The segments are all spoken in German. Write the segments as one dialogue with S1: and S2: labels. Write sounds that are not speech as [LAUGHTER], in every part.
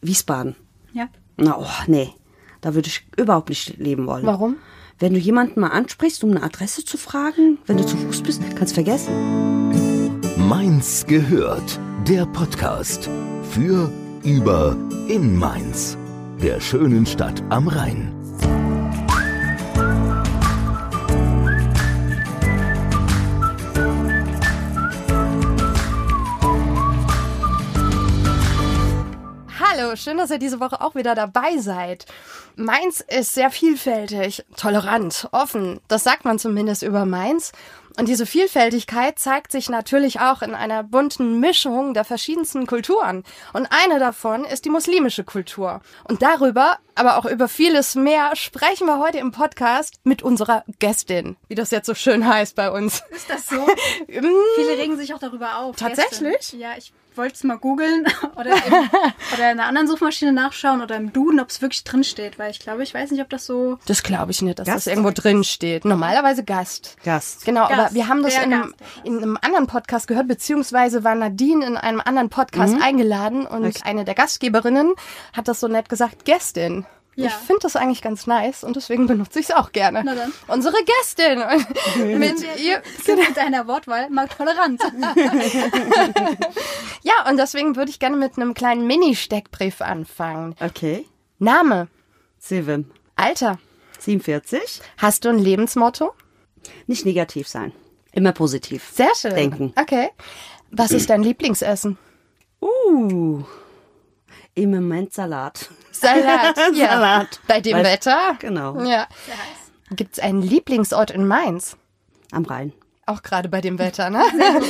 S1: Wiesbaden.
S2: Ja.
S1: Na, oh, nee. Da würde ich überhaupt nicht leben wollen.
S2: Warum?
S1: Wenn du jemanden mal ansprichst, um eine Adresse zu fragen, wenn du zu Fuß bist, kannst vergessen.
S3: Mainz gehört. Der Podcast für, über, in Mainz. Der schönen Stadt am Rhein.
S2: Hallo, schön, dass ihr diese Woche auch wieder dabei seid. Mainz ist sehr vielfältig, tolerant, offen. Das sagt man zumindest über Mainz. Und diese Vielfältigkeit zeigt sich natürlich auch in einer bunten Mischung der verschiedensten Kulturen. Und eine davon ist die muslimische Kultur. Und darüber, aber auch über vieles mehr, sprechen wir heute im Podcast mit unserer Gästin, wie das jetzt so schön heißt bei uns.
S4: Ist das so? [LAUGHS] Viele regen sich auch darüber auf.
S2: Tatsächlich?
S4: Gäste. Ja, ich wollte es mal googeln [LAUGHS] oder,
S2: [LAUGHS]
S4: in- oder in einer anderen Suchmaschine nachschauen oder im Duden, ob es wirklich drin steht, weil ich glaube, ich weiß nicht, ob das so.
S2: Das glaube ich nicht, dass
S1: Gast?
S2: das irgendwo drin steht. Normalerweise Gast.
S1: Gast.
S2: Genau, aber
S4: Gast.
S2: wir haben das
S4: Der
S2: in einem,
S4: Gast, der Gast.
S2: in einem anderen Podcast gehört, beziehungsweise war Nadine in einem anderen Podcast
S1: Mhm.
S2: eingeladen und eine der Gastgeberinnen hat das so nett gesagt, Gästin.
S4: Ja.
S2: Ich finde das eigentlich ganz nice und deswegen benutze ich es auch gerne.
S4: Na dann.
S2: Unsere Gästin. [LAUGHS] Und mit ihr,
S4: [LAUGHS] Sind mit deiner Wortwahl mal
S2: [LAUGHS]
S4: tolerant.
S2: ja, und deswegen würde ich gerne mit einem kleinen Mini-Steckbrief anfangen.
S1: Okay.
S2: Name,
S1: Silvim.
S2: Alter,
S1: 47.
S2: hast du ein Lebensmotto?
S1: Nicht negativ sein. Immer positiv.
S2: Sehr schön.
S1: Denken.
S2: Okay. Was ist dein Lieblingsessen?
S1: Uh. Im Moment Salat. [LAUGHS]
S2: Salat. ja.
S1: Salat.
S2: Bei dem
S1: Weil-
S2: Wetter?
S1: Genau.
S2: Ja. Gibt es einen Lieblingsort in Mainz?
S1: Am Rhein.
S2: Auch gerade bei dem Wetter, ne? [LAUGHS]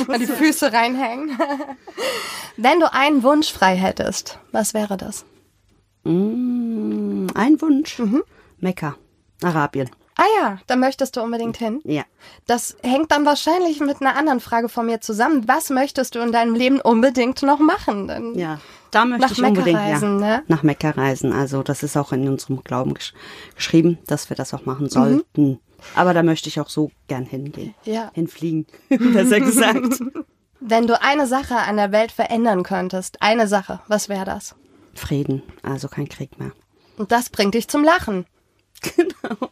S2: Wenn die Füße reinhängen. [LAUGHS] Wenn du einen Wunsch frei hättest, was wäre das?
S1: Mm, ein Wunsch.
S2: Mhm.
S1: Mekka. Arabien.
S2: Ah ja, da möchtest du unbedingt hin.
S1: Ja.
S2: Das hängt dann wahrscheinlich mit einer anderen Frage von mir zusammen. Was möchtest du in deinem Leben unbedingt noch machen? Denn
S1: Ja, da möchte
S2: Nach
S1: ich
S2: Mekka
S1: unbedingt
S2: reisen,
S1: ja,
S2: ne?
S1: nach Mekka reisen. Also das ist auch in unserem Glauben gesch geschrieben, dass wir das auch
S2: Mhm.
S1: machen sollten. Aber da möchte ich auch so gern hingehen.
S2: Ja.
S1: Hinfliegen, [LAUGHS] besser gesagt.
S2: Wenn du eine Sache an der Welt verändern könntest, eine Sache, was wäre das?
S1: Frieden, also kein Krieg mehr.
S2: Und das bringt dich zum Lachen.
S1: [LAUGHS] Genau.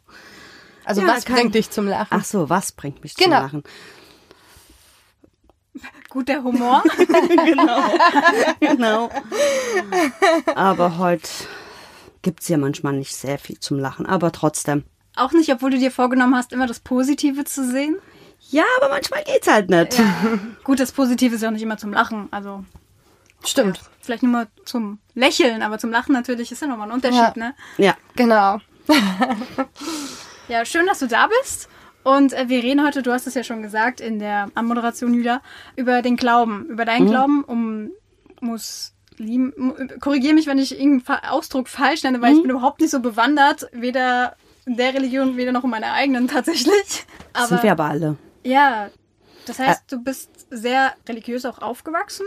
S2: Also
S1: Ja,
S2: was
S1: kein-
S2: bringt dich zum Lachen?
S1: Ach so, was bringt mich
S2: Genau.
S1: zum Lachen?
S4: Guter
S2: [LAUGHS]
S4: Humor.
S1: Genau. Aber heute gibt's ja manchmal nicht sehr viel zum Lachen, aber trotzdem.
S4: Auch nicht, obwohl du dir vorgenommen hast, immer das Positive zu sehen.
S1: Ja, aber manchmal geht's halt nicht.
S4: Gut, das Positive ist ja auch nicht immer zum Lachen. Also
S2: Stimmt.
S4: vielleicht nur mal zum Lächeln, aber zum Lachen natürlich ist ja nochmal ein Unterschied,
S2: Ja.
S4: ne?
S1: Ja,
S2: Genau.
S4: Ja, schön, dass du da bist. Und äh, wir reden heute, du hast es ja schon gesagt in der Anmoderation, Julia, über den Glauben, über deinen Glauben um Muslim. mu- Korrigiere mich, wenn ich irgendeinen Fa- Ausdruck falsch nenne, weil ich bin überhaupt nicht so bewandert, weder in der Religion, weder noch in meiner eigenen [LAUGHS] tatsächlich.
S1: das
S4: Aber
S1: sind wir aber alle.
S4: ja, das heißt, du bist sehr religiös auch aufgewachsen.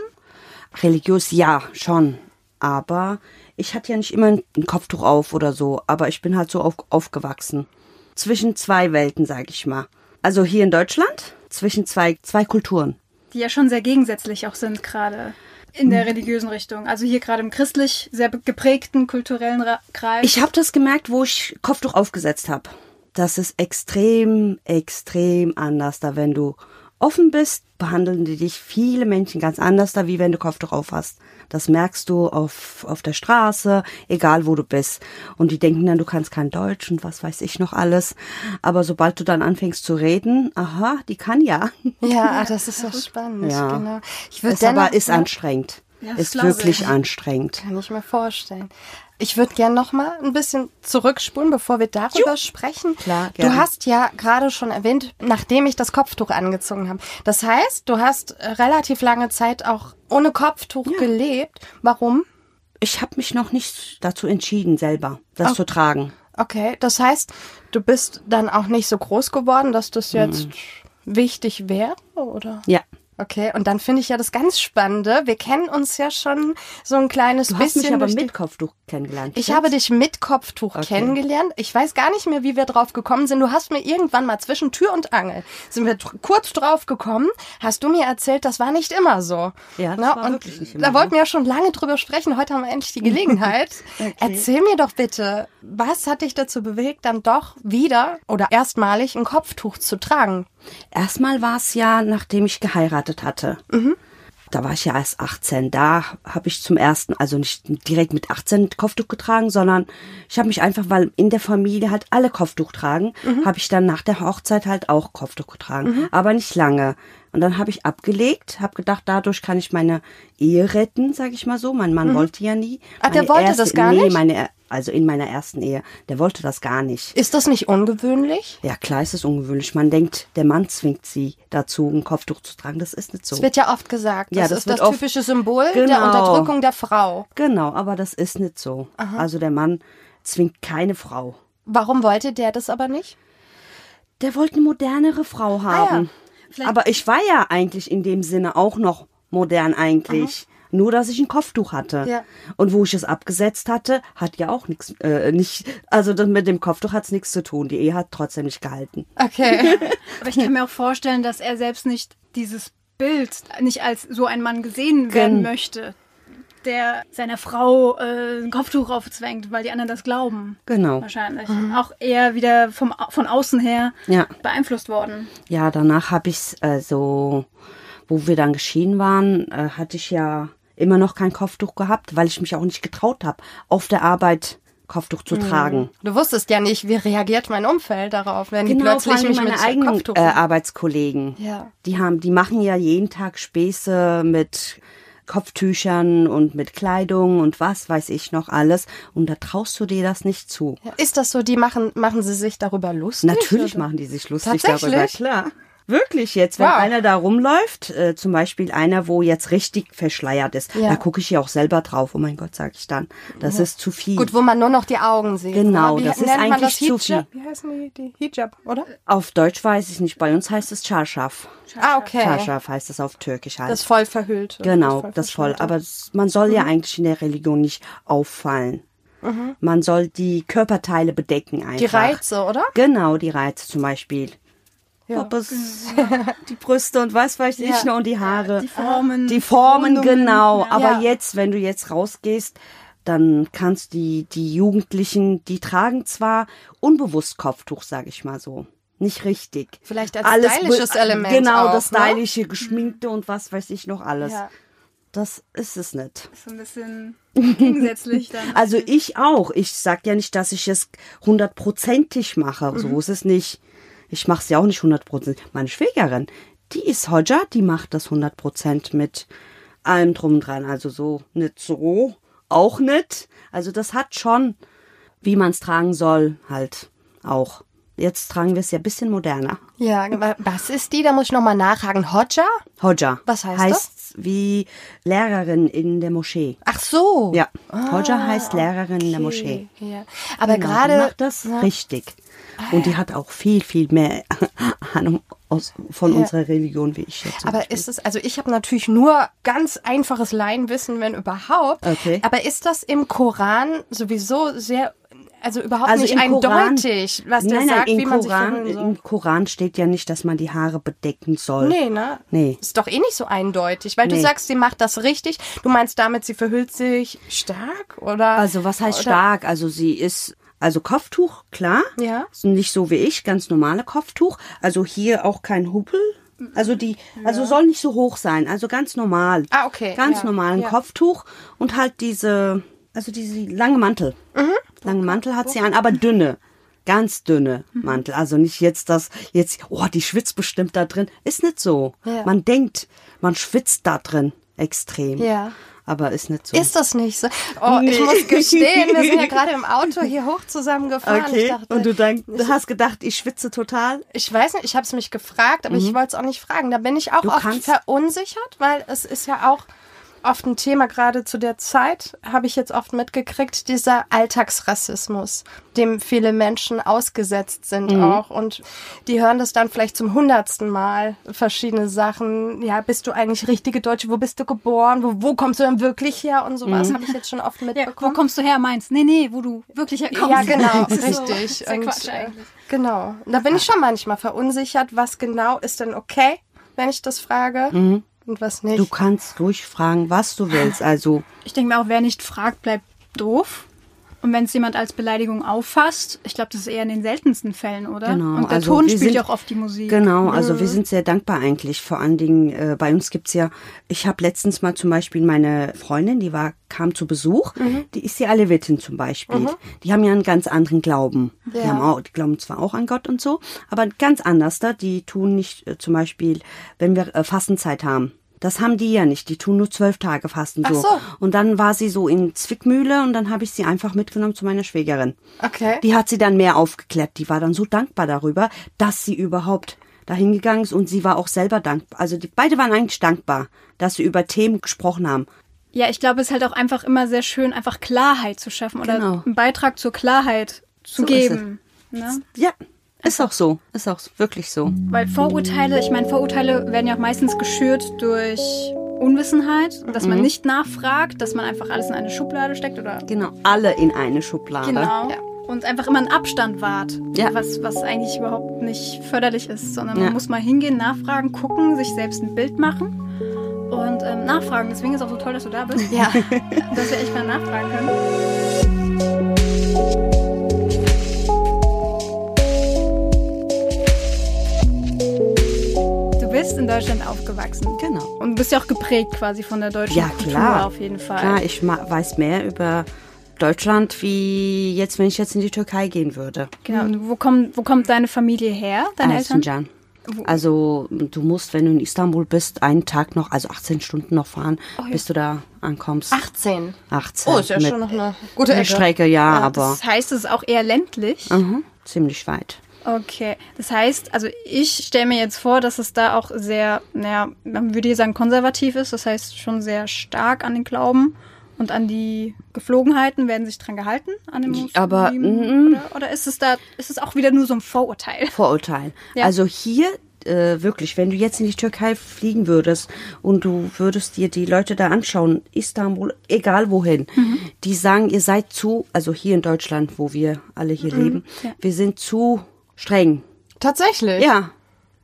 S1: Religiös ja, schon. Aber ich hatte ja nicht immer ein Kopftuch auf oder so. Aber ich bin halt so auf, aufgewachsen. Zwischen zwei Welten, sag ich mal. Also hier in Deutschland, zwischen zwei, zwei Kulturen.
S4: die ja schon sehr gegensätzlich auch sind gerade in der religiösen Richtung. Also hier gerade im christlich sehr be- geprägten kulturellen Ra- Kreis.
S1: Ich habe das gemerkt, wo ich Kopftuch aufgesetzt habe. Das ist extrem, extrem anders da. Wenn du offen bist, behandeln die dich viele Menschen ganz anders da, wie wenn du Kopftuch auf hast. Das merkst du auf, auf der Straße, egal wo du bist. Und die denken dann, du kannst kein Deutsch und was weiß ich noch alles. Aber sobald du dann anfängst zu reden, aha, die kann ja. [LAUGHS]
S2: Ja, das ist ja spannend.
S1: Ja.
S2: Genau. Ich würde
S1: Das
S2: dennoch,
S1: aber ist anstrengend.
S4: Ja, das
S1: ist
S4: glaub ich.
S1: wirklich anstrengend.
S2: kann ich mir vorstellen. Ich würde gern noch mal ein bisschen zurückspulen, bevor wir darüber sprechen.
S1: Klar,
S2: Du
S1: gerne.
S2: hast ja gerade schon erwähnt, nachdem ich das Kopftuch angezogen habe. Das heißt, du hast äh, relativ lange Zeit auch ohne Kopftuch gelebt. Warum?
S1: Ich habe mich noch nicht dazu entschieden, selber das
S4: Oh.
S1: zu tragen.
S2: Okay, das heißt, du
S1: Hm.
S2: bist dann auch nicht so groß geworden, dass das jetzt wichtig wäre, oder?
S1: Ja.
S2: Okay, und dann finde ich ja das ganz Spannende. Wir kennen uns ja schon so ein kleines
S1: Du hast
S2: bisschen.
S1: mich aber
S2: durch die-
S1: mit Kopftuch kennengelernt.
S2: ich habe dich mit Kopftuch
S1: Okay.
S2: kennengelernt. Ich weiß gar nicht mehr, wie wir drauf gekommen sind. Du hast mir irgendwann mal zwischen Tür und Angel sind wir dr- kurz drauf gekommen. Hast du mir erzählt, das war nicht immer so.
S1: Ja, das
S2: Na,
S1: war
S2: und
S1: wirklich nicht
S2: Da
S1: immer
S2: wollten wir ja schon lange drüber sprechen. Heute haben
S1: [LAUGHS]
S2: wir endlich die Gelegenheit. Erzähl mir doch bitte, was hat dich dazu bewegt, dann doch wieder oder erstmalig ein Kopftuch zu tragen?
S1: Erstmal war es ja, nachdem ich geheiratet hatte. Da war ich ja erst 18. Da habe ich zum ersten, also nicht direkt mit 18 Kopftuch getragen, sondern ich habe mich einfach, weil in der Familie halt alle Kopftuch tragen, habe ich dann nach der Hochzeit halt auch Kopftuch getragen, aber nicht lange. Und dann habe ich abgelegt, habe gedacht, dadurch kann ich meine Ehe retten, sage ich mal so. Mein Mann wollte ja nie.
S2: Ah, der
S1: Meine
S2: wollte
S1: erste,
S2: das gar
S1: nee,
S2: nicht?
S1: Meine, also in meiner ersten Ehe, der wollte das gar nicht.
S2: Ist das nicht ungewöhnlich?
S1: Ja, klar ist es ungewöhnlich. Man denkt, der Mann zwingt sie dazu, ein Kopftuch zu tragen. Das ist nicht so.
S2: Das wird ja oft gesagt. Das,
S1: Ja, das
S2: ist
S1: wird
S2: das
S1: oft-
S2: typische Symbol der
S1: Genau.
S2: Unterdrückung der Frau.
S1: genau, aber das ist nicht so. Also der Mann zwingt keine Frau.
S2: Warum wollte der das aber nicht?
S1: Der wollte eine modernere
S2: Ah
S1: Frau haben.
S4: Vielleicht-
S1: Aber ich war ja eigentlich in dem Sinne auch noch modern eigentlich. Nur, dass ich ein Kopftuch hatte.
S2: Ja.
S1: Und wo ich es abgesetzt hatte, hat ja auch nichts, äh, nicht, also das mit dem Kopftuch hat's nichts zu tun. Die Ehe hat trotzdem nicht gehalten. [LAUGHS]
S2: Okay.
S4: Aber ich kann mir auch vorstellen, dass er selbst nicht dieses Bild nicht als so ein Mann gesehen werden
S1: Gen-
S4: möchte, der seiner Frau äh, ein Kopftuch aufzwängt, weil die anderen das glauben.
S1: Genau.
S4: Wahrscheinlich. Auch eher wieder vom, Au- von außen her
S1: Ja.
S4: beeinflusst worden.
S1: Ja, danach habe ich's äh, so, wo wir dann geschieden waren, äh, hatte ich ja immer noch kein Kopftuch gehabt, weil ich mich auch nicht getraut habe, auf der Arbeit Kopftuch
S2: Mhm.
S1: zu tragen.
S2: Du wusstest ja nicht, wie reagiert mein Umfeld darauf, wenn die
S1: Genau, vor
S2: plötzlich
S1: allem
S2: mich
S1: meine
S2: mit
S1: eigenen
S2: Kopftuch
S1: äh, Arbeitskollegen.
S2: Ja.
S1: Die haben, die machen ja jeden Tag Späße mit Kopftüchern und mit Kleidung und was weiß ich noch alles. Und da traust du dir das nicht zu.
S2: Ja. Ist das so, die machen, machen sie sich darüber lustig?
S1: Natürlich
S2: oder?
S1: machen die sich lustig
S2: Tatsächlich?
S1: darüber, klar. Wirklich jetzt, wenn
S2: Wow.
S1: einer da rumläuft, äh, zum Beispiel einer, wo jetzt richtig verschleiert ist,
S2: Ja.
S1: da gucke ich ja auch selber drauf. Oh mein Gott, sage ich dann, das ist zu viel.
S2: Gut, wo man nur noch die Augen sieht.
S1: Genau,
S2: ne?
S1: das ist
S2: nennt man
S1: eigentlich zu
S2: Hijab? Wie heißen die, die Hijab, oder?
S1: Auf Deutsch weiß ich nicht, bei uns heißt es Charschaf.
S2: Ah, okay.
S1: Charschaf heißt es auf Türkisch halt.
S2: Das voll verhüllt.
S1: genau, das voll. Aber s- man soll
S2: Mhm.
S1: ja eigentlich in der Religion nicht auffallen. Man soll die Körperteile bedecken einfach.
S2: Die Reize, oder?
S1: Genau, die Reize zum Beispiel. Poppes, [LAUGHS] die Brüste und was weiß ich
S2: genau. Ja.
S1: noch und die Haare.
S4: Die Formen.
S1: Also, Die Formen,
S4: Rundungen,
S1: genau.
S4: ja.
S1: Aber
S2: Ja.
S1: jetzt, wenn du jetzt rausgehst, dann kannst die, die Jugendlichen, die tragen zwar unbewusst Kopftuch, sag ich mal so. Nicht richtig.
S2: Vielleicht als
S1: be-
S2: stylisches Element
S1: Genau,
S2: auch,
S1: das
S2: ne?
S1: stylische, geschminkte und was weiß ich noch alles.
S2: Ja.
S1: Das ist es nicht.
S4: So ein bisschen gegensätzlich dann.
S1: [LAUGHS] Also ich auch. Ich sag ja nicht, dass ich es hundertprozentig mache.
S2: Mhm.
S1: So ist es nicht. Ich mache es ja auch nicht hundertprozentig. Meine Schwägerin, die ist Hodja, die macht das hundertprozent mit allem drum und dran. Also so nicht so, auch nicht. Also das hat schon, wie man es tragen soll, halt auch. Jetzt tragen wir es ja ein bisschen moderner.
S2: Ja, aber was ist die? Da muss ich nochmal nachhaken. Hodja?
S1: Hodja.
S2: Was heißt
S1: heißt wie Lehrerin in der Moschee.
S2: Ach so.
S1: Ja, Hodja heißt Lehrerin in der Moschee.
S2: Oh. Ah, Okay. Ja. Aber
S1: Genau,
S2: gerade.
S1: die macht das
S2: Ja.
S1: richtig. Und die hat auch viel, viel mehr [LAUGHS] Ahnung aus, von unserer Religion wie ich jetzt. zum
S2: Aber
S1: Beispiel.
S2: ist es, also ich habe natürlich nur ganz einfaches Laienwissen, wenn überhaupt.
S1: Okay.
S2: Aber ist das im Koran sowieso sehr, also überhaupt
S1: also
S2: nicht
S1: im
S2: eindeutig,
S1: Koran,
S2: was der
S1: nein, nein,
S2: sagt,
S1: im
S2: wie man
S1: Koran,
S2: sich verhalten
S1: Im Koran steht ja nicht, dass man die Haare bedecken soll.
S2: soll? Nee, ne?
S1: Nee.
S2: Ist doch eh nicht so eindeutig, weil du
S1: Nee.
S2: sagst, sie macht das richtig. Du meinst damit, sie verhüllt sich stark oder?
S1: Also was heißt
S2: oder-
S1: stark? Also sie ist, also Kopftuch, klar.
S2: Ja.
S1: Ist Nicht so wie ich, ganz normale Kopftuch. Also hier auch kein Huppel. Also die, also soll nicht so hoch sein. Also ganz normal.
S2: Ah, okay,
S1: Ganz
S2: ja,
S1: normalen
S2: ja.
S1: Kopftuch und halt diese, also diese lange Mantel.
S2: Mhm.
S1: Lange Mantel hat sie an, aber dünne. Ganz dünne Mantel.
S2: Mhm.
S1: Also nicht jetzt das, jetzt, oh, die schwitzt bestimmt da drin. Ist nicht so.
S2: Ja.
S1: Man denkt, man schwitzt da drin extrem.
S2: Ja.
S1: Aber ist nicht so.
S2: Ist das nicht so? Oh, ich
S1: Nee.
S2: muss gestehen, wir
S1: [LAUGHS]
S2: sind ja gerade im Auto hier hoch zusammengefahren. Ich
S1: Okay,
S2: dachte,
S1: und du, denk, du hast gedacht, ich schwitze total.
S2: Ich weiß nicht, ich habe es mich
S4: Mhm.
S2: gefragt, aber ich wollte es auch nicht fragen. Da bin ich auch
S1: Du
S2: oft
S1: kannst-
S2: verunsichert, weil es ist ja auch oft ein Thema, gerade zu der Zeit, habe ich jetzt oft mitgekriegt, dieser Alltagsrassismus, dem viele Menschen ausgesetzt sind
S4: Mhm.
S2: auch. Und die hören das dann vielleicht zum hundertsten Mal, verschiedene Sachen. Ja, bist du eigentlich richtige Deutsche? Wo bist du geboren? Wo, wo kommst du denn wirklich her? Und sowas habe ich jetzt schon oft
S4: Mhm. Ja, wo
S2: mitbekommen.
S4: kommst du her? Mainz. Nee, nee, wo du wirklich herkommst.
S2: Ja, genau,
S4: Das ist [LAUGHS] So, das
S2: richtig.
S4: ist ja
S2: Und,
S4: Quatsch
S2: äh,
S4: eigentlich.
S2: Genau. Und da bin ich schon manchmal verunsichert, was genau ist denn okay, wenn ich das frage und was nicht.
S1: Mhm. Du kannst ruhig fragen, was du willst. Also,
S4: Ich denke mir auch, wer nicht fragt, bleibt doof. Und wenn es jemand als Beleidigung auffasst, ich glaube, das ist eher in den seltensten Fällen, oder?
S1: Genau,
S4: Und der
S1: also
S4: Ton
S1: wir
S4: spielt
S1: sind-
S4: ja auch oft die Musik.
S1: Genau, also wir sind sehr dankbar eigentlich. Vor allen Dingen, äh, bei uns gibt's ja, ich habe letztens mal zum Beispiel meine Freundin, die war, kam zu Besuch,
S4: Mhm.
S1: die ist die Alevitin zum Beispiel. Die haben ja einen ganz anderen Glauben. Die,
S2: Ja.
S1: haben auch, die glauben zwar auch an Gott und so, aber ganz anders da. Die tun nicht äh, zum Beispiel, wenn wir äh, Fastenzeit haben. Das haben die ja nicht. Die tun nur zwölf Tage Fasten
S2: Ach
S1: so.
S2: so.
S1: Und dann war sie so in Zwickmühle und dann habe ich sie einfach mitgenommen zu meiner Schwägerin.
S2: Okay.
S1: Die hat sie dann mehr aufgeklärt. Die war dann so dankbar darüber, dass sie überhaupt dahin gegangen ist und sie war auch selber dankbar. Also die, beide waren eigentlich dankbar, dass sie über Themen gesprochen haben.
S4: Ja, ich glaube, es ist halt auch einfach immer sehr schön, einfach Klarheit zu schaffen oder
S1: Genau.
S4: einen Beitrag zur Klarheit
S1: So
S4: zu
S1: ist
S4: geben. Ne?
S1: Ja, ist auch so. Ist auch wirklich so.
S4: Weil Vorurteile, ich meine, Vorurteile werden ja auch meistens geschürt durch Unwissenheit, dass
S1: Mhm.
S4: man nicht nachfragt, dass man einfach alles in eine Schublade steckt oder
S1: Genau, alle in eine Schublade.
S4: genau.
S2: Ja.
S4: Und einfach immer einen Abstand wahrt,
S1: Ja.
S4: was, was eigentlich überhaupt nicht förderlich ist, sondern man
S1: Ja.
S4: muss mal hingehen, nachfragen, gucken, sich selbst ein Bild machen und ähm, nachfragen. Deswegen ist auch so toll, dass du da bist,
S2: Ja.
S4: [LAUGHS] dass wir echt mal nachfragen können. Du bist in Deutschland aufgewachsen.
S1: Genau.
S4: Und bist ja auch geprägt quasi von der deutschen
S1: Ja,
S4: Kultur
S1: klar.
S4: auf jeden Fall.
S1: Klar, ich ma- weiß mehr über Deutschland, wie jetzt, wenn ich jetzt in die Türkei gehen würde.
S4: Genau. Und wo, kommt, wo kommt deine Familie her,
S1: Ah,
S4: deine Eltern?
S1: Erzincan. Also du musst, wenn du in Istanbul bist, einen Tag noch, also 18 Stunden noch fahren,
S4: Oh
S1: bis du da ankommst.
S2: 18.
S1: 18.
S2: Oh, ist ja
S1: mit-
S2: schon noch eine gute
S1: eine
S2: Ecke.
S1: Strecke, ja, aber
S4: Das heißt, es ist auch eher ländlich.
S1: mhm, ziemlich weit.
S4: Okay. Das heißt, also ich stelle mir jetzt vor, dass es da auch sehr, naja, man würde hier sagen, konservativ ist. Das heißt, schon sehr stark an den Glauben und an die Geflogenheiten werden sich dran gehalten, an den Muslimen.
S1: aber, mhm.
S4: oder, oder ist es da, ist es auch wieder nur so ein Vorurteil? [LAUGHS]
S1: Vorurteil.
S4: Ja.
S1: Also hier äh, wirklich, wenn du jetzt in die Türkei fliegen würdest und du würdest dir die Leute da anschauen, Istanbul, egal wohin,
S2: Mhm.
S1: die sagen, ihr seid zu, also hier in Deutschland, wo wir alle hier
S2: Mhm,
S1: leben, wir sind zu streng.
S2: Tatsächlich.
S1: Ja,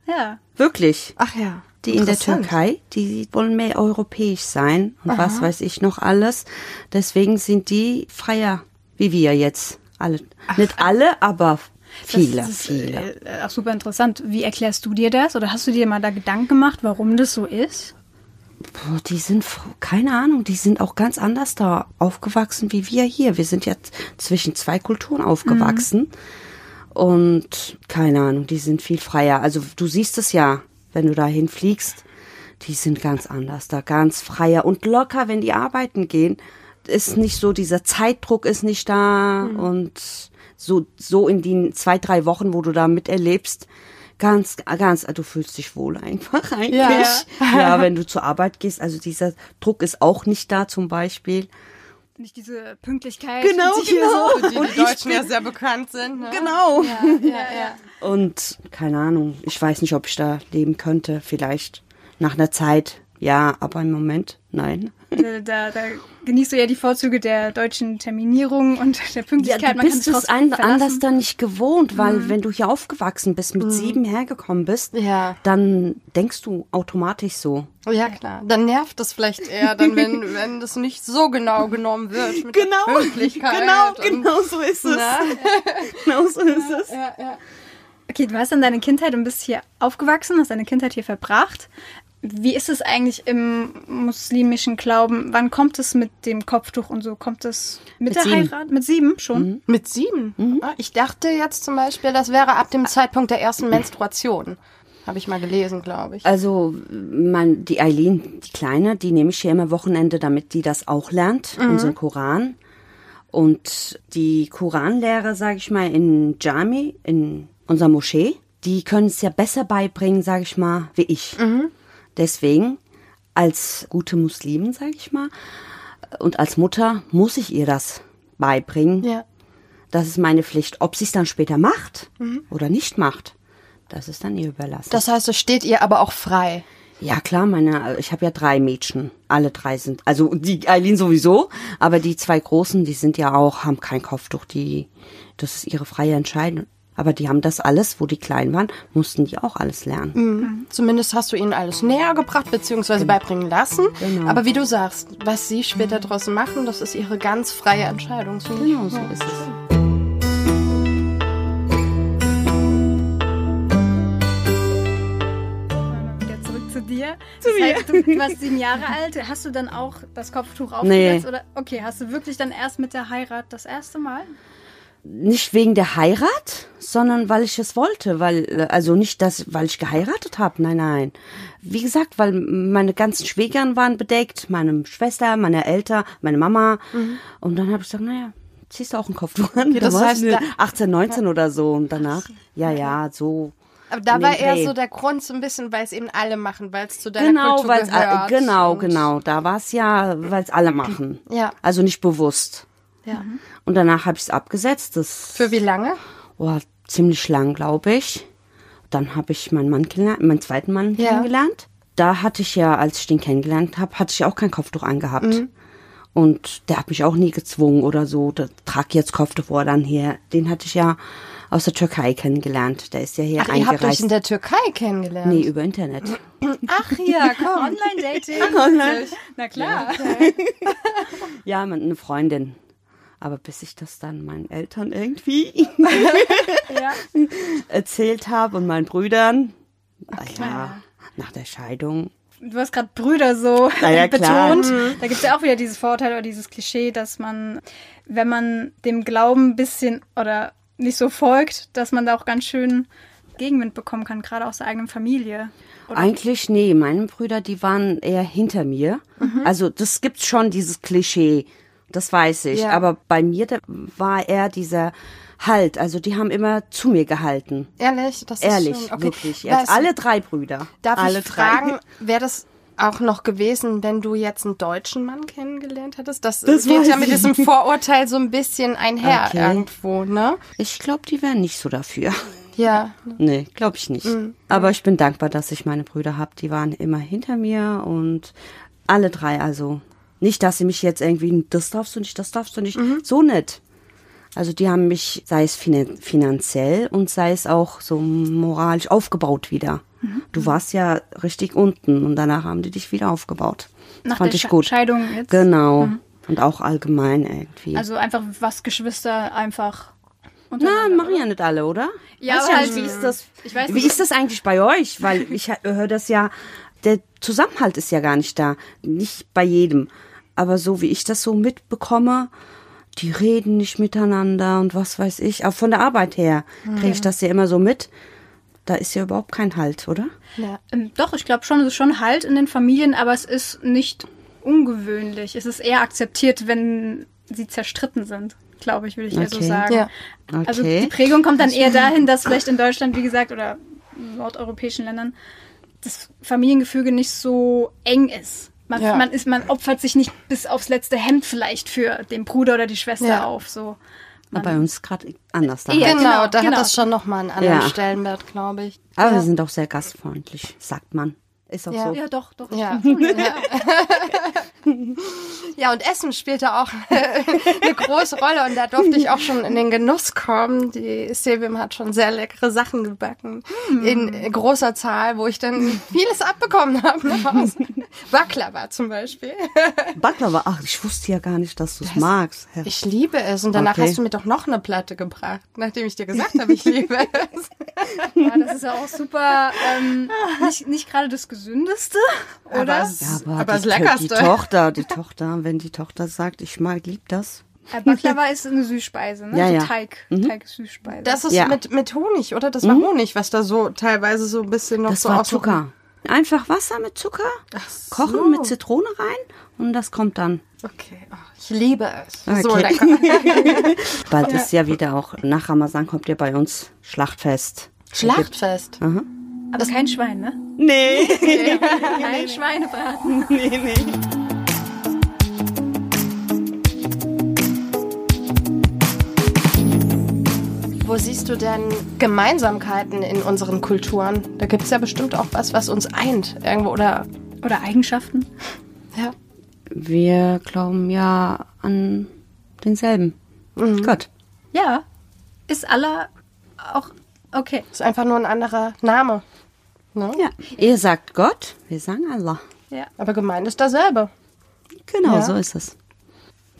S4: Ja.
S1: wirklich.
S2: Ach ja.
S1: Die in der
S2: Interessant.
S1: Türkei, die wollen mehr europäisch sein und was weiß ich noch alles. Deswegen sind die freier, wie wir jetzt alle. Nicht alle, aber viele,
S4: das ist,
S1: viele.
S4: Äh, auch super interessant. Wie erklärst du dir das? Oder hast du dir mal da Gedanken gemacht, warum das so ist?
S1: Boah, die sind, f- keine Ahnung, die sind auch ganz anders da aufgewachsen wie wir hier. Wir sind ja z- zwischen zwei Kulturen aufgewachsen. Und keine Ahnung, die sind viel freier. Also du siehst es ja, wenn du dahin fliegst. Die sind ganz anders da, ganz freier und locker, wenn die arbeiten gehen. Ist nicht so, dieser Zeitdruck ist nicht da und so, so in den zwei, drei Wochen, wo du da miterlebst, ganz, ganz, ah, du fühlst dich wohl einfach [LAUGHS] eigentlich. ja, wenn du zur Arbeit gehst, also dieser Druck ist auch nicht da zum Beispiel.
S4: Nicht diese Pünktlichkeit.
S1: Genau,
S4: die hier
S1: genau.
S2: [LAUGHS] Für die, die Deutschen ja sehr bekannt sind. Ne?
S1: Genau. [LAUGHS]
S4: So, ja, ja.
S1: Und keine Ahnung, ich weiß nicht, ob ich da leben könnte. Vielleicht nach einer Zeit, ja, aber im Moment, nein.
S4: Da, Äh, da, da genießt du ja die Vorzüge der deutschen Terminierung und der
S1: Ja,
S4: Pünktlichkeit.
S1: du
S4: Man kann
S1: bist
S4: sich
S1: es
S4: drauf
S1: ein,
S4: verlassen. Mhm.
S1: anders dann nicht gewohnt, weil wenn du hier aufgewachsen bist, mit sieben hergekommen bist,
S2: Ja.
S1: dann denkst du automatisch so.
S2: Ja, klar. Dann nervt das vielleicht eher, dann, wenn, wenn das nicht so genau genommen wird. Mit [LAUGHS] Der Pünktlichkeit und-
S1: Genau. so ist
S2: Na?
S1: [LAUGHS] Genau so ist es.
S2: Ja, ja.
S4: Okay, du hast dann deine Kindheit und bist hier aufgewachsen, hast deine Kindheit hier verbracht. Wie ist es eigentlich im muslimischen Glauben? Wann kommt es mit dem Kopftuch und so? Kommt es
S1: Mit
S4: mit, der
S1: sieben. Mhm.
S4: Heirat? Mit sieben schon?
S2: Mit sieben? Ah, Ich dachte jetzt zum Beispiel, das wäre ab dem Zeitpunkt der ersten Menstruation. Habe ich mal gelesen, glaube ich.
S1: Also, man, die Eileen, die Kleine, die nehme ich hier immer Wochenende, damit die das auch lernt,
S2: Mhm.
S1: unseren Koran. Und die Koranlehrer, sage ich mal, in Jami, in unserer
S2: Mhm.
S1: Moschee, die können es ja besser beibringen, sage ich mal, wie ich. Deswegen, als gute Muslimin, sage ich mal, und als Mutter muss ich ihr das beibringen.
S2: Ja.
S1: Das ist meine Pflicht. Ob sie es dann später macht oder nicht macht, das ist dann ihr überlassen.
S2: Mhm. Das heißt, es steht ihr aber auch frei.
S1: ja klar, meine, ich habe ja drei Mädchen. Alle drei sind, also die Eileen sowieso, aber die zwei Großen, die sind ja auch, haben kein Kopftuch. Die, das ist ihre freie Entscheidung. Aber die haben das alles, wo die klein waren, mussten die auch alles lernen.
S2: Mhm. Zumindest hast du ihnen alles näher gebracht bzw. beibringen lassen.
S1: Genau. Mhm.
S2: Aber wie du sagst, was sie später draußen machen, das ist ihre ganz freie Entscheidung. Das finde ich
S1: Genau so
S2: gut.
S1: ist es.
S4: Mal wieder zurück zu dir. Zu das heißt, du, du warst sieben Jahre alt. Hast du dann auch das Kopftuch aufgesetzt?
S1: Nee.
S4: Oder, okay, hast du wirklich dann erst mit der Heirat das erste Mal?
S1: nicht wegen der Heirat, sondern weil ich es wollte, weil äh, also nicht das, weil ich geheiratet habe, nein, nein. Wie gesagt, weil meine ganzen Schwägern waren bedeckt, meine Schwester, meine Eltern, meine Mama und dann habe ich gesagt, naja, ziehst du auch einen Kopftuch [LAUGHS] an?
S2: Mhm. das
S1: Da war ich
S2: heißt,
S1: nur
S2: da-
S1: 18, 19 oder so und danach, ja, ja, so.
S2: Aber da
S1: in
S2: war
S1: den
S2: eher
S1: Dreh.
S2: so der Grund so ein bisschen, weil es eben alle machen, weil es zu deiner
S1: genau,
S2: Kultur
S1: weil's, äh,
S2: gehört.
S1: genau,
S2: und-
S1: genau, da war es ja, weil es alle machen.
S2: Ja.
S1: Also nicht bewusst.
S2: Ja.
S1: Und danach habe ich es abgesetzt. Das
S2: Für wie lange?
S1: oh, ziemlich lang, glaube ich. Dann habe ich meinen Mann kennengelernt, meinen zweiten Mann
S2: Ja.
S1: kennengelernt. Da hatte ich ja, als ich den kennengelernt habe, hatte ich ja auch kein Kopftuch angehabt.
S2: Mhm.
S1: Und der hat mich auch nie gezwungen oder so. Da trag jetzt Kopftuch vor dann hier. Den hatte ich ja aus der Türkei kennengelernt. Der ist ja hier
S2: Ach, ihr habt euch
S1: eingereist.
S2: in der Türkei kennengelernt.
S1: nee, über Internet.
S2: Ach ja,
S4: [LAUGHS]
S2: komm.
S4: Online-Dating. Na klar.
S1: Ja, mit einer Freundin. Aber bis ich das dann meinen Eltern irgendwie [LAUGHS]
S4: Ja.
S1: erzählt habe und meinen Brüdern, ja, nach der Scheidung,
S4: Du hast gerade Brüder so
S1: Na ja, klar. Mhm.
S4: betont. Da gibt es ja auch wieder dieses Vorurteil oder dieses Klischee, dass man, wenn man dem Glauben ein bisschen oder nicht so folgt, dass man da auch ganz schön Gegenwind bekommen kann, gerade aus der eigenen Familie.
S1: Eigentlich nee, meine Brüder, die waren eher hinter mir.
S2: Mhm.
S1: Also das gibt's schon dieses Klischee, das weiß ich.
S2: Ja.
S1: Aber bei mir da war eher dieser Halt. Also die haben immer zu mir gehalten.
S2: Ehrlich, das
S1: Ehrlich,
S2: ist schön. Okay.
S1: wirklich. Jetzt
S2: Weißt du,
S1: alle drei Brüder.
S2: Darf
S1: alle
S2: ich fragen, wäre das auch noch gewesen, wenn du jetzt einen deutschen Mann kennengelernt hättest? Das,
S1: Das
S2: geht
S1: weiß
S2: ja mit
S1: ich
S2: diesem Vorurteil so ein bisschen einher
S1: Okay.
S2: irgendwo, ne?
S1: Ich glaube, die wären nicht so dafür.
S2: Ja.
S1: Nee, glaube ich nicht.
S4: Mhm.
S1: Aber ich bin dankbar, dass ich meine Brüder habe. Die waren immer hinter mir und alle drei. Also nicht, dass sie mich jetzt irgendwie, das darfst du nicht, das darfst du nicht.
S4: Mhm.
S1: So nicht. Also die haben mich, sei es finan- finanziell und sei es auch so moralisch aufgebaut wieder.
S4: Mhm.
S1: Du warst ja richtig unten und danach haben die dich wieder aufgebaut.
S4: Nach
S1: das fand
S4: der
S1: ich
S4: Sche-
S1: gut.
S4: Scheidung jetzt?
S1: Genau. Und auch allgemein irgendwie.
S4: Also einfach, was Geschwister einfach.
S1: Na,
S4: untereinander-
S1: machen ja nicht alle, oder?
S4: Ja,
S1: Weiß
S4: aber
S1: ja
S4: halt-
S1: nicht, wie ist das?
S4: Ich weiß
S1: wie
S4: nicht.
S1: ist das eigentlich bei euch? Weil ich höre das ja, der Zusammenhalt ist ja gar nicht da. Nicht bei jedem. Aber so wie ich das so mitbekomme, die reden nicht miteinander und was weiß ich. Auch von der Arbeit her
S4: Hm,
S1: kriege ich das ja immer so mit. Da ist ja überhaupt kein Halt, oder?
S2: ja.
S4: Ähm, Doch, ich glaube schon, es ist schon Halt in den Familien, aber es ist nicht ungewöhnlich. Es ist eher akzeptiert, wenn sie zerstritten sind, glaube ich, würde ich eher so
S1: Okay.
S4: sagen.
S2: Ja.
S4: Also
S1: Okay.
S4: die Prägung kommt dann eher dahin, dass vielleicht in Deutschland, wie gesagt, oder nordeuropäischen Ländern das Familiengefüge nicht so eng ist. Man,
S2: Ja.
S4: man, ist, man opfert sich nicht bis aufs letzte Hemd vielleicht für den Bruder oder die Schwester
S2: Ja.
S4: auf. So.
S1: Aber bei uns gerade anders. Da
S4: Ja,
S2: Genau,
S1: halt.
S4: genau,
S2: da
S4: genau.
S2: hat das schon nochmal einen anderen
S1: Ja.
S2: Stellenwert, glaube ich.
S1: Aber
S2: ja.
S1: wir sind auch sehr gastfreundlich, sagt man. Ist auch
S2: Ja.
S1: so.
S4: Ja, doch, doch.
S2: [LAUGHS] ja. ja. ja, und Essen spielt da auch [LAUGHS] eine große Rolle und da durfte ich auch schon in den Genuss kommen. Die Silvium hat schon sehr leckere Sachen gebacken in großer Zahl, wo ich dann vieles abbekommen habe nach [LAUGHS] Hause. Baklava zum Beispiel.
S1: Baklava, ach, ich wusste ja gar nicht, dass du es magst. Herr-
S2: Ich liebe es und danach
S1: Okay.
S2: hast du mir doch noch eine Platte gebracht, nachdem ich dir gesagt habe, ich [LAUGHS] liebe es.
S4: Ja, das ist ja auch super, ähm, nicht, nicht gerade das Gesündeste, oder?
S2: Aber, es-
S1: Ja, aber,
S2: aber das
S1: die, To-
S2: Leckerste.
S1: die Tochter, die Tochter, wenn die Tochter sagt, ich mag, lieb das.
S4: Äh, Baklava ist eine Süßspeise, ne?
S1: Ja,
S4: so
S1: ja. Mhm.
S4: Teig, Teig ist Süßspeise.
S2: Das ist
S1: Ja. Mhm.
S2: mit, mit Honig, oder? Das war Honig, was da so teilweise so ein bisschen noch
S1: Das
S2: so
S1: war
S2: aus-
S1: Zucker. Einfach Wasser mit Zucker, kochen
S2: so.
S1: mit Zitrone rein und das kommt dann.
S2: Okay, oh, ich liebe es.
S1: [LAUGHS]
S2: So
S1: Okay.
S2: lecker.
S1: Bald ist ja wieder auch, nach Ramazan kommt ja bei uns Schlachtfest.
S2: Schlachtfest.
S4: Aber kein Schwein, ne?
S1: [LAUGHS] Nee.
S4: Ein Schweinebraten.
S1: nee, nee.
S2: Wo siehst du denn Gemeinsamkeiten in unseren Kulturen? Da gibt es ja bestimmt auch was, was uns eint irgendwo oder
S4: Oder Eigenschaften.
S2: ja.
S1: Wir glauben ja an denselben Gott.
S4: Ja. Ist Allah auch okay.
S2: Ist einfach nur ein anderer Name. Ne?
S1: Ja. Ihr sagt Gott, wir sagen Allah.
S4: Ja.
S2: Aber gemeint ist dasselbe.
S1: Genau,
S2: Ja.
S1: so ist es.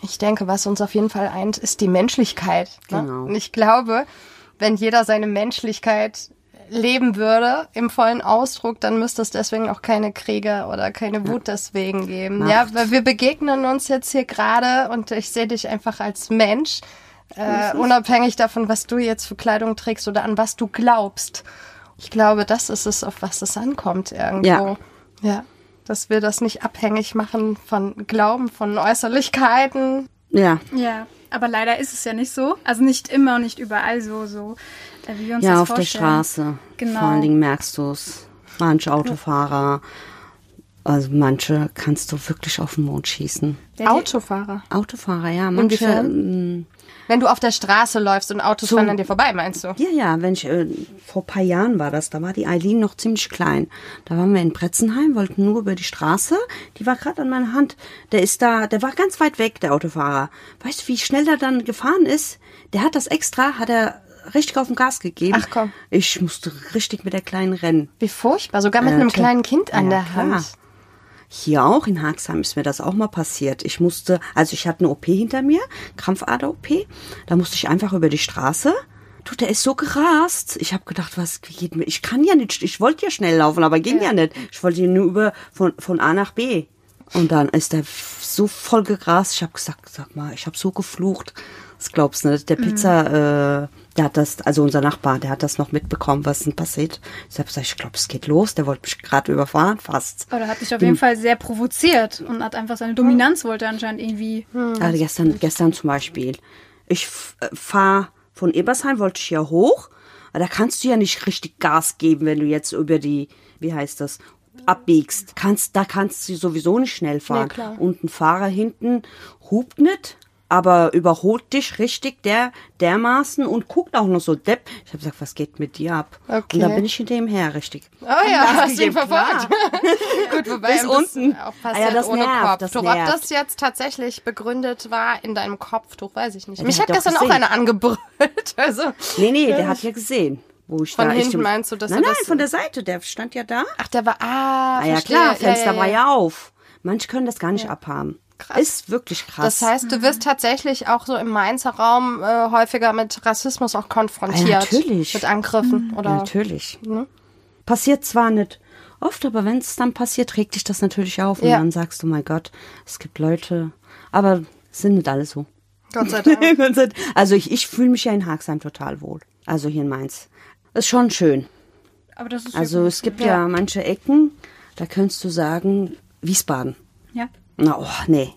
S2: Ich denke, was uns auf jeden Fall eint, ist die Menschlichkeit. Ne?
S1: Genau.
S2: Und ich glaube, wenn jeder seine Menschlichkeit leben würde im vollen Ausdruck, dann müsste es deswegen auch keine Kriege oder keine Wut deswegen geben.
S1: Macht.
S2: Ja, weil wir begegnen uns jetzt hier gerade und ich sehe dich einfach als Mensch, äh, unabhängig davon, was du jetzt für Kleidung trägst oder an was du glaubst. Ich glaube, das ist es, auf was es ankommt irgendwo.
S1: Ja.
S2: ja. Dass wir das nicht abhängig machen von Glauben, von Äußerlichkeiten,
S1: Ja.
S4: Ja. Aber leider ist es ja nicht so. Also nicht immer und nicht überall so, so äh, wie wir uns
S1: Ja,
S4: das
S1: auf der
S4: vorstellen.
S1: Straße.
S4: Genau.
S1: Vor allen Dingen merkst du es. Manche Autofahrer, also manche kannst du wirklich auf den Mond schießen.
S4: Ja, die-
S2: Autofahrer.
S1: Autofahrer, ja, manche. ähm,
S2: Wenn du auf der Straße läufst und Autos fahren an dir vorbei, meinst du?
S1: Ja, ja, wenn ich, äh, vor ein paar Jahren war das, da war die Eileen noch ziemlich klein. Da waren wir in Bretzenheim, wollten nur über die Straße. Die war gerade an meiner Hand. Der ist da, der war ganz weit weg, der Autofahrer. Weißt du, wie schnell der dann gefahren ist? Der hat das extra, hat er richtig auf dem Gas gegeben.
S2: Ach komm.
S1: Ich musste richtig mit der Kleinen rennen.
S2: Wie furchtbar, sogar mit
S1: Ja,
S2: einem
S1: klar.
S2: kleinen Kind an
S1: Äh, Ja,
S2: der
S1: klar.
S2: Hand.
S1: Hier auch in Haxheim ist mir das auch mal passiert. Ich musste, also ich hatte eine OP hinter mir, Krampfader-OP. Da musste ich einfach über die Straße. Du, der ist so gerast. Ich habe gedacht, was wie geht mir? Ich kann ja nicht, ich wollte ja schnell laufen, aber ging ja, nicht. Ich wollte nur über von, von A nach B. Und dann ist der so voll gegrast. Ich habe gesagt, sag mal, ich habe so geflucht. Das glaubst du nicht. Der Pizza, äh, der hat das, also unser Nachbar, der hat das noch mitbekommen, was denn passiert. Ich habe gesagt, ich glaube, es geht los. Der wollte mich gerade überfahren, fast.
S4: Oder hat dich auf jeden Fall sehr provoziert und hat einfach seine Dominanz wollte anscheinend irgendwie.
S2: Mhm.
S1: Also gestern, gestern zum Beispiel. Ich fahre von Ebersheim, wollte ich ja hoch. Aber da kannst du ja nicht richtig Gas geben, wenn du jetzt über die, wie heißt das, abbiegst. Kannst, da kannst du sowieso nicht schnell fahren.
S2: Nee, klar.
S1: Und ein Fahrer hinten hupt nicht, aber überholt dich richtig der, dermaßen und guckt auch noch so depp. Ich habe gesagt, was geht mit dir ab?
S2: Okay.
S1: Und da bin ich hinter ihm her, richtig.
S2: Oh ja, hast du ihn
S1: gegeben,
S2: verfolgt. Gut, wobei
S1: Bis
S2: das
S1: unten.
S2: auch
S1: Ah
S2: passiert
S1: ja, das
S2: ohne
S1: nervt,
S2: Kopf.
S1: das
S2: du, ob
S1: nervt.
S2: das jetzt tatsächlich begründet war in deinem Kopftuch, weiß ich nicht.
S1: Ja, der
S2: Mich
S1: hat
S2: hat
S1: doch
S2: gestern auch
S1: gesehen.
S2: einer angebrüllt. [LAUGHS] Also,
S1: Nee, nee, der hat ja gesehen, wo ich
S2: Von
S1: da
S2: hinten meinst du, dass
S1: Nein,
S2: er
S1: nein,
S2: das-
S1: von der Seite. Der stand ja da.
S2: ach, der war, ah,
S1: Ah ja
S2: verstehe.
S1: klar, Fenster
S2: ja,
S1: war ja auf. Manche können das gar nicht abhaben.
S2: Krass.
S1: Ist wirklich krass.
S2: Das heißt, du
S4: Mhm.
S2: wirst tatsächlich auch so im Mainzer Raum äh, häufiger mit Rassismus auch konfrontiert.
S1: Ja, natürlich.
S2: Mit
S4: Mhm.
S2: Angriffen oder
S1: ja, natürlich.
S2: ne?
S1: Passiert zwar nicht oft, aber wenn es dann passiert, regt dich das natürlich auf und
S2: Ja.
S1: dann sagst du, mein Gott, es gibt Leute, aber es sind nicht alle so.
S2: Gott sei
S1: [LAUGHS]
S2: Dank.
S1: Ganz ehrlich. also ich, ich fühle mich ja in Haagsheim total wohl. Also hier in Mainz. Ist schon schön.
S4: Aber das ist
S1: Also es gibt ja manche Ecken, da könntest du sagen, Wiesbaden.
S4: ja.
S1: Na, oh, nee.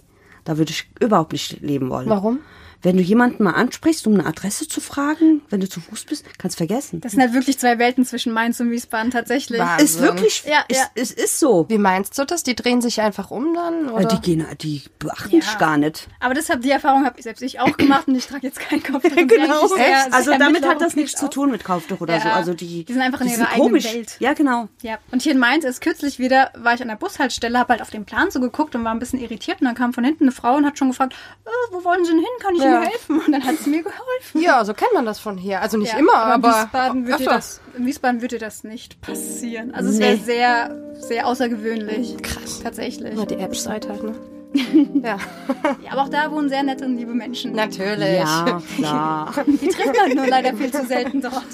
S1: Da würde ich überhaupt nicht leben wollen.
S2: Warum?
S1: Wenn du jemanden mal ansprichst, um eine Adresse zu fragen, wenn du zu Fuß bist, kannst vergessen.
S4: Das sind halt wirklich zwei Welten zwischen Mainz und Wiesbaden tatsächlich.
S2: Wahnsinn.
S1: ist wirklich,
S4: Ja,
S1: ist,
S4: ja.
S1: Es ist so.
S2: Wie meinst du das? Die drehen sich einfach um dann? Oder?
S1: Ja, Äh, Die gehen, die beachten dich gar nicht.
S4: Aber deshalb die Erfahrung habe ich selbst ich auch gemacht und ich trage jetzt keinen Kopf.
S1: [LAUGHS] Genau. also damit hat das nichts zu tun mit Kaufdruck oder
S4: Ja.
S1: so. Also die,
S4: Die sind einfach in ihrer
S1: sind
S4: eigenen
S1: komisch.
S4: Welt.
S1: Ja, genau.
S4: Ja, und hier in Mainz ist kürzlich wieder, war ich an der Bushaltestelle, habe halt auf den Plan so geguckt und war ein bisschen irritiert. Und dann kam von hinten eine Frau und hat schon gefragt, äh, wo wollen Sie denn hin? Kann ich
S2: Ja.
S4: Ihnen helfen? Und dann hat sie mir geholfen.
S2: Ja, so kennt man das von hier. Also nicht
S4: Ja,
S2: immer,
S4: in
S2: aber.
S4: Wiesbaden würde
S2: öfter.
S4: das, in Wiesbaden würde das nicht passieren. Also es wäre
S1: Nee.
S4: sehr, sehr außergewöhnlich. Krass. Tatsächlich.
S2: Ja, die App-Seite halt, ne? ja,
S4: Ja, aber auch da wohnen sehr nette und liebe Menschen.
S2: natürlich.
S4: [LAUGHS]
S1: Ja, klar.
S4: Die trifft man nur leider viel zu selten dort.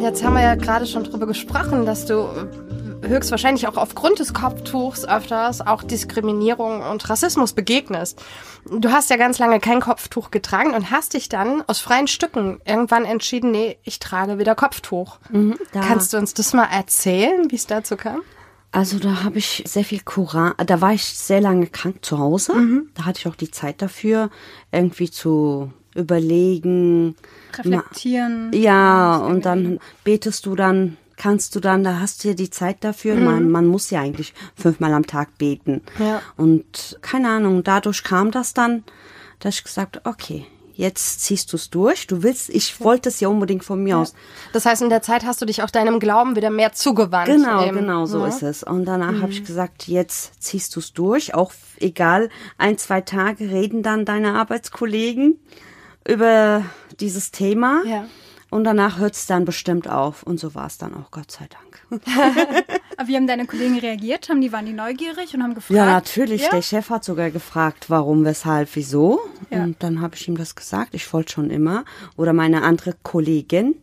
S2: Jetzt haben wir ja gerade schon drüber gesprochen, dass du äh, höchstwahrscheinlich auch aufgrund des Kopftuchs öfters auch Diskriminierung und Rassismus begegnest. Du hast ja ganz lange kein Kopftuch getragen und hast dich dann aus freien Stücken irgendwann entschieden, nee, ich trage wieder Kopftuch.
S1: Mhm. da-
S2: Kannst du uns das mal erzählen, wie es dazu kam?
S1: Also da habe ich sehr viel Koran, da war ich sehr lange krank zu Hause. Da hatte ich auch die Zeit dafür, irgendwie zu überlegen.
S4: Reflektieren.
S1: Mhm. Ja, und dann betest du dann, kannst du dann, da hast du ja die Zeit dafür. Man, man muss ja eigentlich fünfmal am Tag beten.
S2: Ja.
S1: Und keine Ahnung, dadurch kam das dann, dass ich gesagt, okay, jetzt ziehst du es durch. Du willst, ich wollte es ja unbedingt von mir aus.
S2: Das heißt, in der Zeit hast du dich auch deinem Glauben wieder mehr zugewandt. Mhm.
S1: Genau,
S2: eben.
S1: genau, so
S2: Ja.
S1: ist es. Und danach habe ich gesagt, jetzt ziehst du es durch, auch f- egal, ein, zwei Tage reden dann deine Arbeitskollegen über dieses Thema.
S2: Ja.
S1: Und danach hört es dann bestimmt auf. Und so war es dann auch, Gott sei Dank.
S4: Aber wie haben deine Kollegen reagiert? Haben die, waren die neugierig und haben gefragt?
S1: Ja, natürlich.
S4: Ja?
S1: Der Chef hat sogar gefragt, warum, weshalb, wieso.
S4: Ja.
S1: Und dann habe ich ihm das gesagt. Ich wollte schon immer. Oder meine andere Kollegin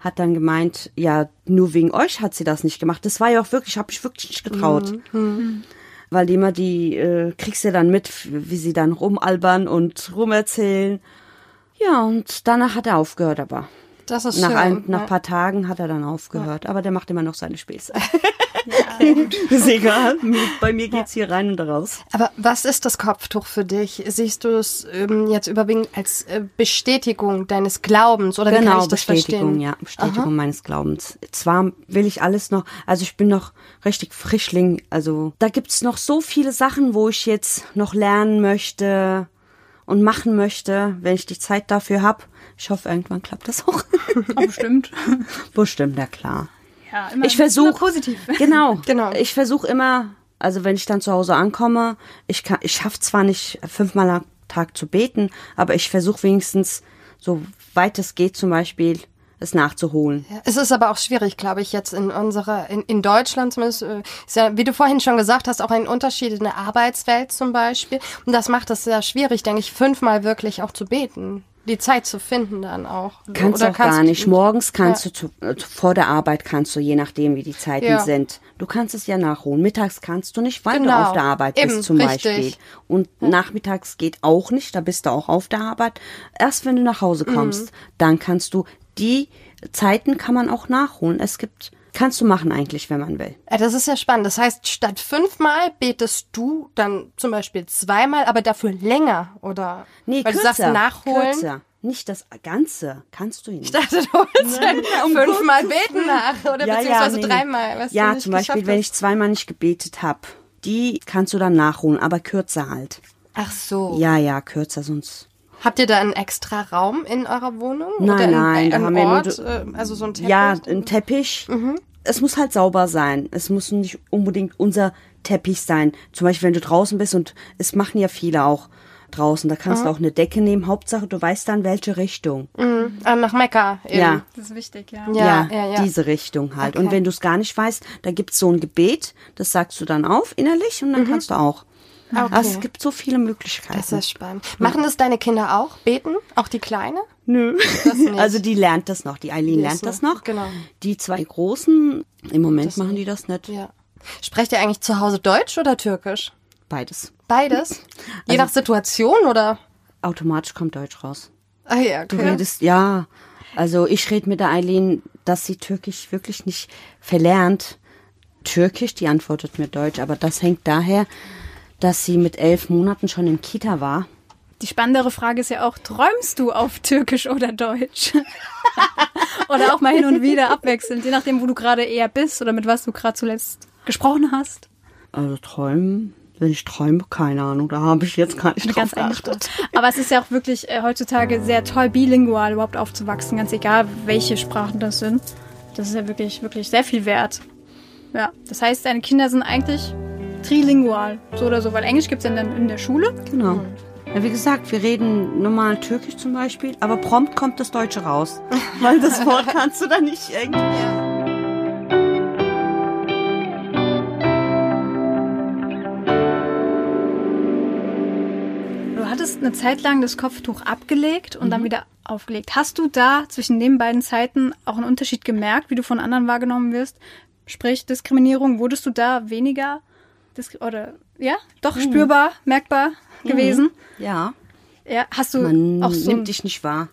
S1: hat dann gemeint, ja, nur wegen euch hat sie das nicht gemacht. Das war ja auch wirklich, habe ich wirklich nicht getraut.
S4: Mhm.
S1: Weil die immer die, äh, kriegst du dann mit, wie sie dann rumalbern und rumerzählen. Ja, und danach hat er aufgehört, aber
S2: Das ist
S1: nach
S2: schön.
S1: ein nach
S2: ja.
S1: paar Tagen hat er dann aufgehört. Aber der macht immer noch seine Späße. [LAUGHS] ist egal. Mir- Bei mir geht's hier rein und raus.
S2: Aber was ist das Kopftuch für dich? Siehst du es ähm, jetzt überwiegend als äh, Bestätigung deines Glaubens oder wie kann
S1: genau,
S2: ich das
S1: Bestätigung,
S2: verstehen?
S1: ja. Bestätigung meines Glaubens. Zwar will ich alles noch, also ich bin noch richtig Frischling. Also da gibt's noch so viele Sachen, wo ich jetzt noch lernen möchte und machen möchte, wenn ich die Zeit dafür hab. Ich hoffe, irgendwann klappt das
S2: [LAUGHS]
S1: auch. [LAUGHS]
S4: Oh, bestimmt.
S1: Bestimmt, na klar.
S4: Ja, immer,
S1: Ich versuche
S4: immer positiv. [LAUGHS]
S1: Genau.
S2: Genau.
S1: Ich versuche immer, also wenn ich dann zu Hause ankomme, ich kann, ich schaffe zwar nicht fünfmal am Tag zu beten, aber ich versuche wenigstens, so weit es geht, zum Beispiel, es nachzuholen.
S2: Ja, Es ist aber auch schwierig, glaube ich, jetzt in unserer, in, in Deutschland zumindest, äh, ist ja, wie du vorhin schon gesagt hast, auch ein Unterschied in der Arbeitswelt zum Beispiel. Und das macht es sehr schwierig, denke ich, fünfmal wirklich auch zu beten. Die Zeit zu finden dann auch.
S1: Kannst du
S2: Oder
S1: auch gar nicht. Morgens kannst
S2: Ja.
S1: du zu, äh, vor der Arbeit kannst du, je nachdem wie die Zeiten
S2: Ja.
S1: sind. Du kannst es ja nachholen. Mittags kannst du nicht, weil du
S2: Genau.
S1: auf der Arbeit
S2: Eben,
S1: bist zum
S2: richtig.
S1: Beispiel. Und nachmittags geht auch nicht, da bist du auch auf der Arbeit. Erst wenn du nach Hause
S2: Mhm.
S1: kommst, dann kannst du die Zeiten kann man auch nachholen. Es gibt kannst du machen eigentlich, wenn man will.
S2: Ja, Äh, das ist ja spannend. Das heißt, statt fünfmal betest du dann zum Beispiel zweimal, aber dafür länger, oder? Weil du sagst, nachholen.
S1: Kürzer. Nicht das ganze kannst du nicht.
S2: Ich dachte, du willst [LAUGHS]
S1: um
S2: fünfmal beten nach oder beziehungsweise
S1: nee.
S2: dreimal. Was du
S1: ja,
S2: nicht
S1: zum Beispiel,
S2: geschafft
S1: wenn
S2: hast.
S1: ich zweimal nicht gebetet habe, die kannst du dann nachholen, aber kürzer halt.
S2: Ach so.
S1: Ja, ja, kürzer, sonst.
S2: Habt ihr da einen extra Raum in eurer Wohnung?
S1: Nein,
S2: oder in,
S1: nein, da
S2: einen
S1: haben wir nur
S2: Ort,
S1: d-
S2: äh, also so ein Teppich? Mhm.
S1: Ja, ein Teppich. Es muss halt sauber sein. Es muss nicht unbedingt unser Teppich sein. Zum Beispiel, wenn du draußen bist und es machen ja viele auch draußen, da kannst du auch eine Decke nehmen. Hauptsache, du weißt dann, welche Richtung.
S2: Mhm. Ah, nach Mekka eben.
S1: Ja.
S4: Das ist wichtig, ja.
S2: Ja, ja, ja.
S1: diese Richtung halt. Und
S2: Okay.
S1: wenn du es gar nicht weißt, da gibt's so ein Gebet, das sagst du dann auf innerlich und dann kannst du auch.
S2: Mhm. Ah, Okay.
S1: Also es gibt so viele Möglichkeiten.
S2: Das ist spannend.
S1: Mhm.
S2: Machen das deine Kinder auch? Beten? Auch die Kleine?
S1: Nö.
S2: Das nicht.
S1: Also die lernt das noch. Die Eileen
S2: Die ist
S1: lernt das noch.
S2: Genau.
S1: Die zwei Großen, im Moment machen die das nicht.
S2: Ja. Sprecht ihr eigentlich zu Hause Deutsch oder Türkisch?
S1: Beides.
S2: Beides? Je
S1: Also
S2: nach Situation oder?
S1: Automatisch kommt Deutsch raus.
S2: Ah ja,
S1: Du
S2: okay.
S1: redest, ja. Also ich rede mit der Eileen, dass sie Türkisch wirklich nicht verlernt. Türkisch, die antwortet mir Deutsch, aber das hängt daher, dass sie mit elf Monaten schon in Kita war.
S4: Die spannendere Frage ist ja auch, träumst du auf Türkisch oder Deutsch? [LAUGHS] oder auch mal hin und wieder abwechselnd, je nachdem, wo du gerade eher bist oder mit was du gerade zuletzt gesprochen hast.
S1: Also träumen, wenn ich träume, keine Ahnung, da habe ich jetzt gar nicht drauf
S4: Ganz
S1: geachtet.
S4: eingestellt. Aber es ist ja auch wirklich äh, heutzutage sehr toll, bilingual überhaupt aufzuwachsen, ganz egal, welche Sprachen das sind. Das ist ja wirklich, wirklich sehr viel wert. Ja, das heißt, deine Kinder sind eigentlich trilingual, so oder so, weil Englisch gibt's ja dann in der Schule.
S1: Genau. Ja, wie gesagt, wir reden normal Türkisch zum Beispiel, aber prompt kommt das Deutsche raus. [LAUGHS] Weil das Wort kannst du da nicht irgendwie.
S4: Du hattest eine Zeit lang das Kopftuch abgelegt und dann wieder aufgelegt. Hast du da zwischen den beiden Zeiten auch einen Unterschied gemerkt, wie du von anderen wahrgenommen wirst? Sprich, Diskriminierung, wurdest du da weniger disk oder ja, doch spürbar, merkbar
S1: Mhm.
S4: gewesen?
S1: Ja,
S4: Ja, hast du
S1: man
S4: auch so
S1: nimmt dich nicht wahr.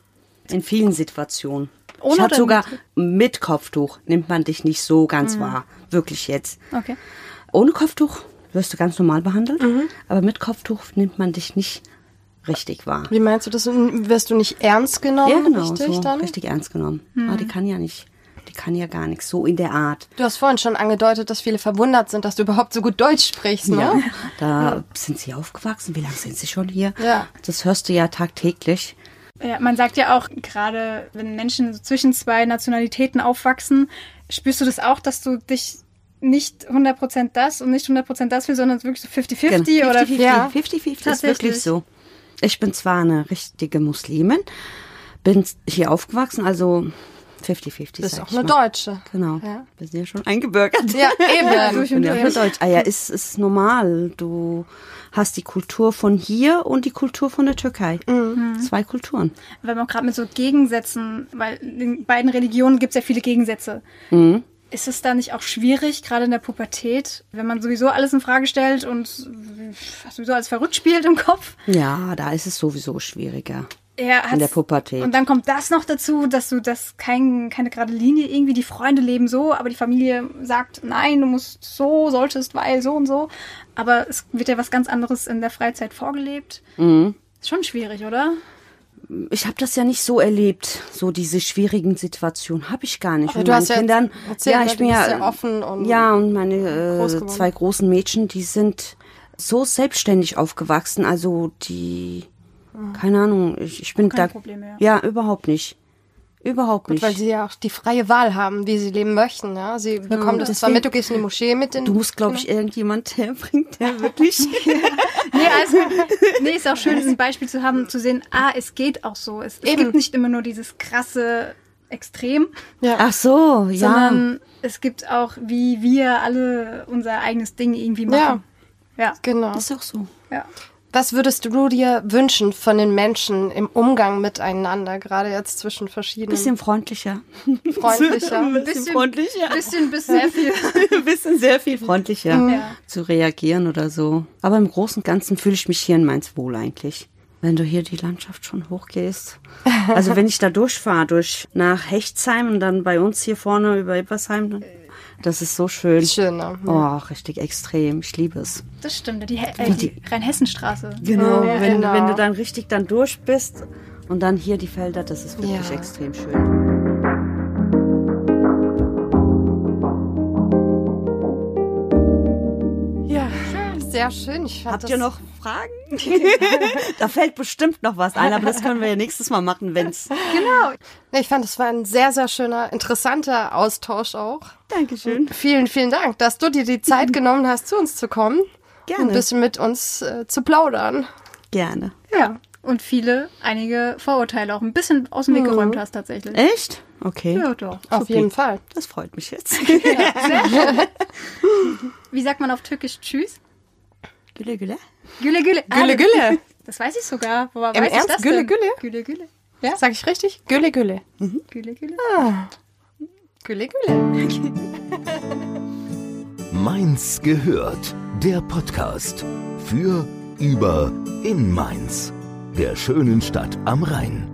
S1: In vielen Situationen.
S4: Ohne
S1: ich hatte
S4: oder
S1: Mhm. sogar mit Kopftuch nimmt man dich nicht so ganz wahr. Wirklich jetzt.
S4: Okay.
S1: Ohne Kopftuch wirst du ganz normal behandelt, aber mit Kopftuch nimmt man dich nicht richtig wahr.
S2: Wie meinst du das? Wirst du nicht ernst genommen?
S1: Ja, genau,
S2: richtig,
S1: so
S2: dann?
S1: richtig ernst genommen. Ah, die kann ja nicht, die kann ja gar nichts, so in der Art.
S2: Du hast vorhin schon angedeutet, dass viele verwundert sind, dass du überhaupt so gut Deutsch sprichst, ne?
S1: [LAUGHS] Ja, da sind sie aufgewachsen. Wie lange sind sie schon hier?
S2: Ja.
S1: Das hörst du ja tagtäglich.
S4: Ja, man sagt ja auch, gerade wenn Menschen so zwischen zwei Nationalitäten aufwachsen, spürst du das auch, dass du dich nicht 100% das und nicht 100% das will, sondern wirklich so 50-50 oder
S1: 50,
S4: ja.
S1: 50, 50 ist
S4: Tatsächlich.
S1: wirklich so. Ich bin zwar eine richtige Muslimin, bin hier aufgewachsen, also 50-50.
S2: Das ist
S1: sag
S2: auch
S1: ich
S2: eine
S1: mal.
S2: Deutsche.
S1: Genau.
S2: Ja.
S1: Bist ja schon eingebürgert.
S2: Ja, eben.
S4: durch
S1: [LAUGHS]
S4: und
S1: Ja, mit
S4: durch.
S1: Deutsch. Ah ja, ist, ist normal. Du hast die Kultur von hier und die Kultur von der Türkei. Zwei Kulturen.
S4: Wenn man auch gerade mit so Gegensätzen, weil in beiden Religionen gibt es ja viele Gegensätze.
S1: Mhm.
S4: Ist es da nicht auch schwierig, gerade in der Pubertät, wenn man sowieso alles in Frage stellt und sowieso als verrückt spielt im Kopf?
S1: Ja, da ist es sowieso schwieriger.
S4: Er hat's-
S1: der Pubertät.
S4: Und dann kommt das noch dazu, dass du das kein, keine gerade Linie irgendwie, die Freunde leben so, aber die Familie sagt, nein, du musst so, solltest, weil so und so. Aber es wird ja was ganz anderes in der Freizeit vorgelebt.
S1: Mhm.
S4: Ist schon schwierig, oder?
S1: Ich habe das ja nicht so erlebt. So diese schwierigen Situationen habe ich gar nicht.
S2: Aber
S1: Mit
S2: du
S1: meinen
S2: hast ja
S1: Kindern,
S2: erzählt,
S1: ja,
S2: ne,
S1: ich
S2: du
S1: bin
S2: bist
S1: ja
S2: sehr offen und
S1: ja und meine
S2: groß
S1: äh,
S2: geworden.
S1: zwei großen Mädchen, die sind so selbstständig aufgewachsen. Also die,
S2: Ah.
S1: keine Ahnung, ich, ich bin
S4: Keine
S1: da
S4: Probleme, ja.
S1: ja überhaupt nicht, überhaupt
S2: Gut,
S1: nicht.
S2: weil sie ja auch die freie Wahl haben, wie sie leben möchten. Ja? Sie bekommen das zwar
S1: Hm, deswegen-
S2: mit, du gehst in die Moschee mit den.
S1: Du musst, glaube ich, irgendjemand herbringt, der wirklich.
S2: [LAUGHS]
S4: Nee, also, nee, ist auch schön, ein Beispiel zu haben, zu sehen, ah, es geht auch so. Es, es
S2: Eben.
S4: gibt nicht immer nur dieses krasse Extrem,
S2: ja.
S1: Ach so, ja.
S4: sondern es gibt auch, wie wir alle unser eigenes Ding irgendwie machen. Ja.
S2: Genau.
S1: Ist auch so.
S4: ja.
S2: Was würdest du dir wünschen von den Menschen im Umgang miteinander, gerade jetzt zwischen verschiedenen
S1: Bisschen freundlicher. [LAUGHS]
S2: freundlicher?
S1: bisschen freundlicher.
S4: Bisschen bis
S2: [LAUGHS]
S4: sehr viel.
S1: ein bisschen sehr viel freundlicher
S4: Ja.
S1: zu reagieren oder so. Aber im Großen und Ganzen fühle ich mich hier in Mainz wohl eigentlich. Wenn du hier die Landschaft schon hochgehst. Also wenn ich da durchfahre, durch nach Hechtsheim und dann bei uns hier vorne über Ippersheim, dann- das ist so schön.
S2: Schön, ne?
S1: Oh, richtig extrem. Ich liebe es.
S4: Das stimmt, die, He- äh, die Rheinhessenstraße.
S1: Genau,
S2: Ja,
S1: wenn,
S2: genau.
S1: wenn du dann richtig dann durch bist und dann hier die Felder, das ist wirklich
S2: Ja.
S1: extrem schön.
S2: Ja, sehr schön. Ich fand
S1: ne? Habt
S2: das
S1: ihr noch
S2: [LAUGHS]
S1: Fragen? [LAUGHS] da fällt bestimmt noch was ein, aber das können wir ja nächstes Mal machen, wenn's.
S2: Nee, Ich fand, es war ein sehr, sehr schöner, interessanter Austausch auch.
S1: Dankeschön.
S2: Vielen, vielen Dank, dass du dir [LAUGHS] die Zeit genommen hast, zu uns zu kommen.
S1: Gerne.
S2: Und ein bisschen mit uns äh, zu plaudern.
S1: Gerne.
S4: Ja. Und viele, einige Vorurteile auch ein bisschen aus dem Weg geräumt hast tatsächlich.
S1: Echt? Okay.
S4: Ja, doch.
S2: Auf jeden Fall.
S1: Das freut mich jetzt.
S4: Wie sagt man auf Türkisch Tschüss?
S1: güle güle.
S4: Güle Güle.
S2: Gülle, gülle.
S4: Das weiß ich sogar. Woher
S2: Im
S4: weiß
S2: Ernst?
S4: ich das
S2: Gülle,
S4: denn?
S2: Gülle?
S4: Gülle Gülle.
S2: Ja? Sag ich richtig? Gülle, gülle.
S4: Gülle Gülle.
S2: Gülle, gülle.
S3: Mainz gehört, der Podcast für, über, in Mainz, der schönen Stadt am Rhein.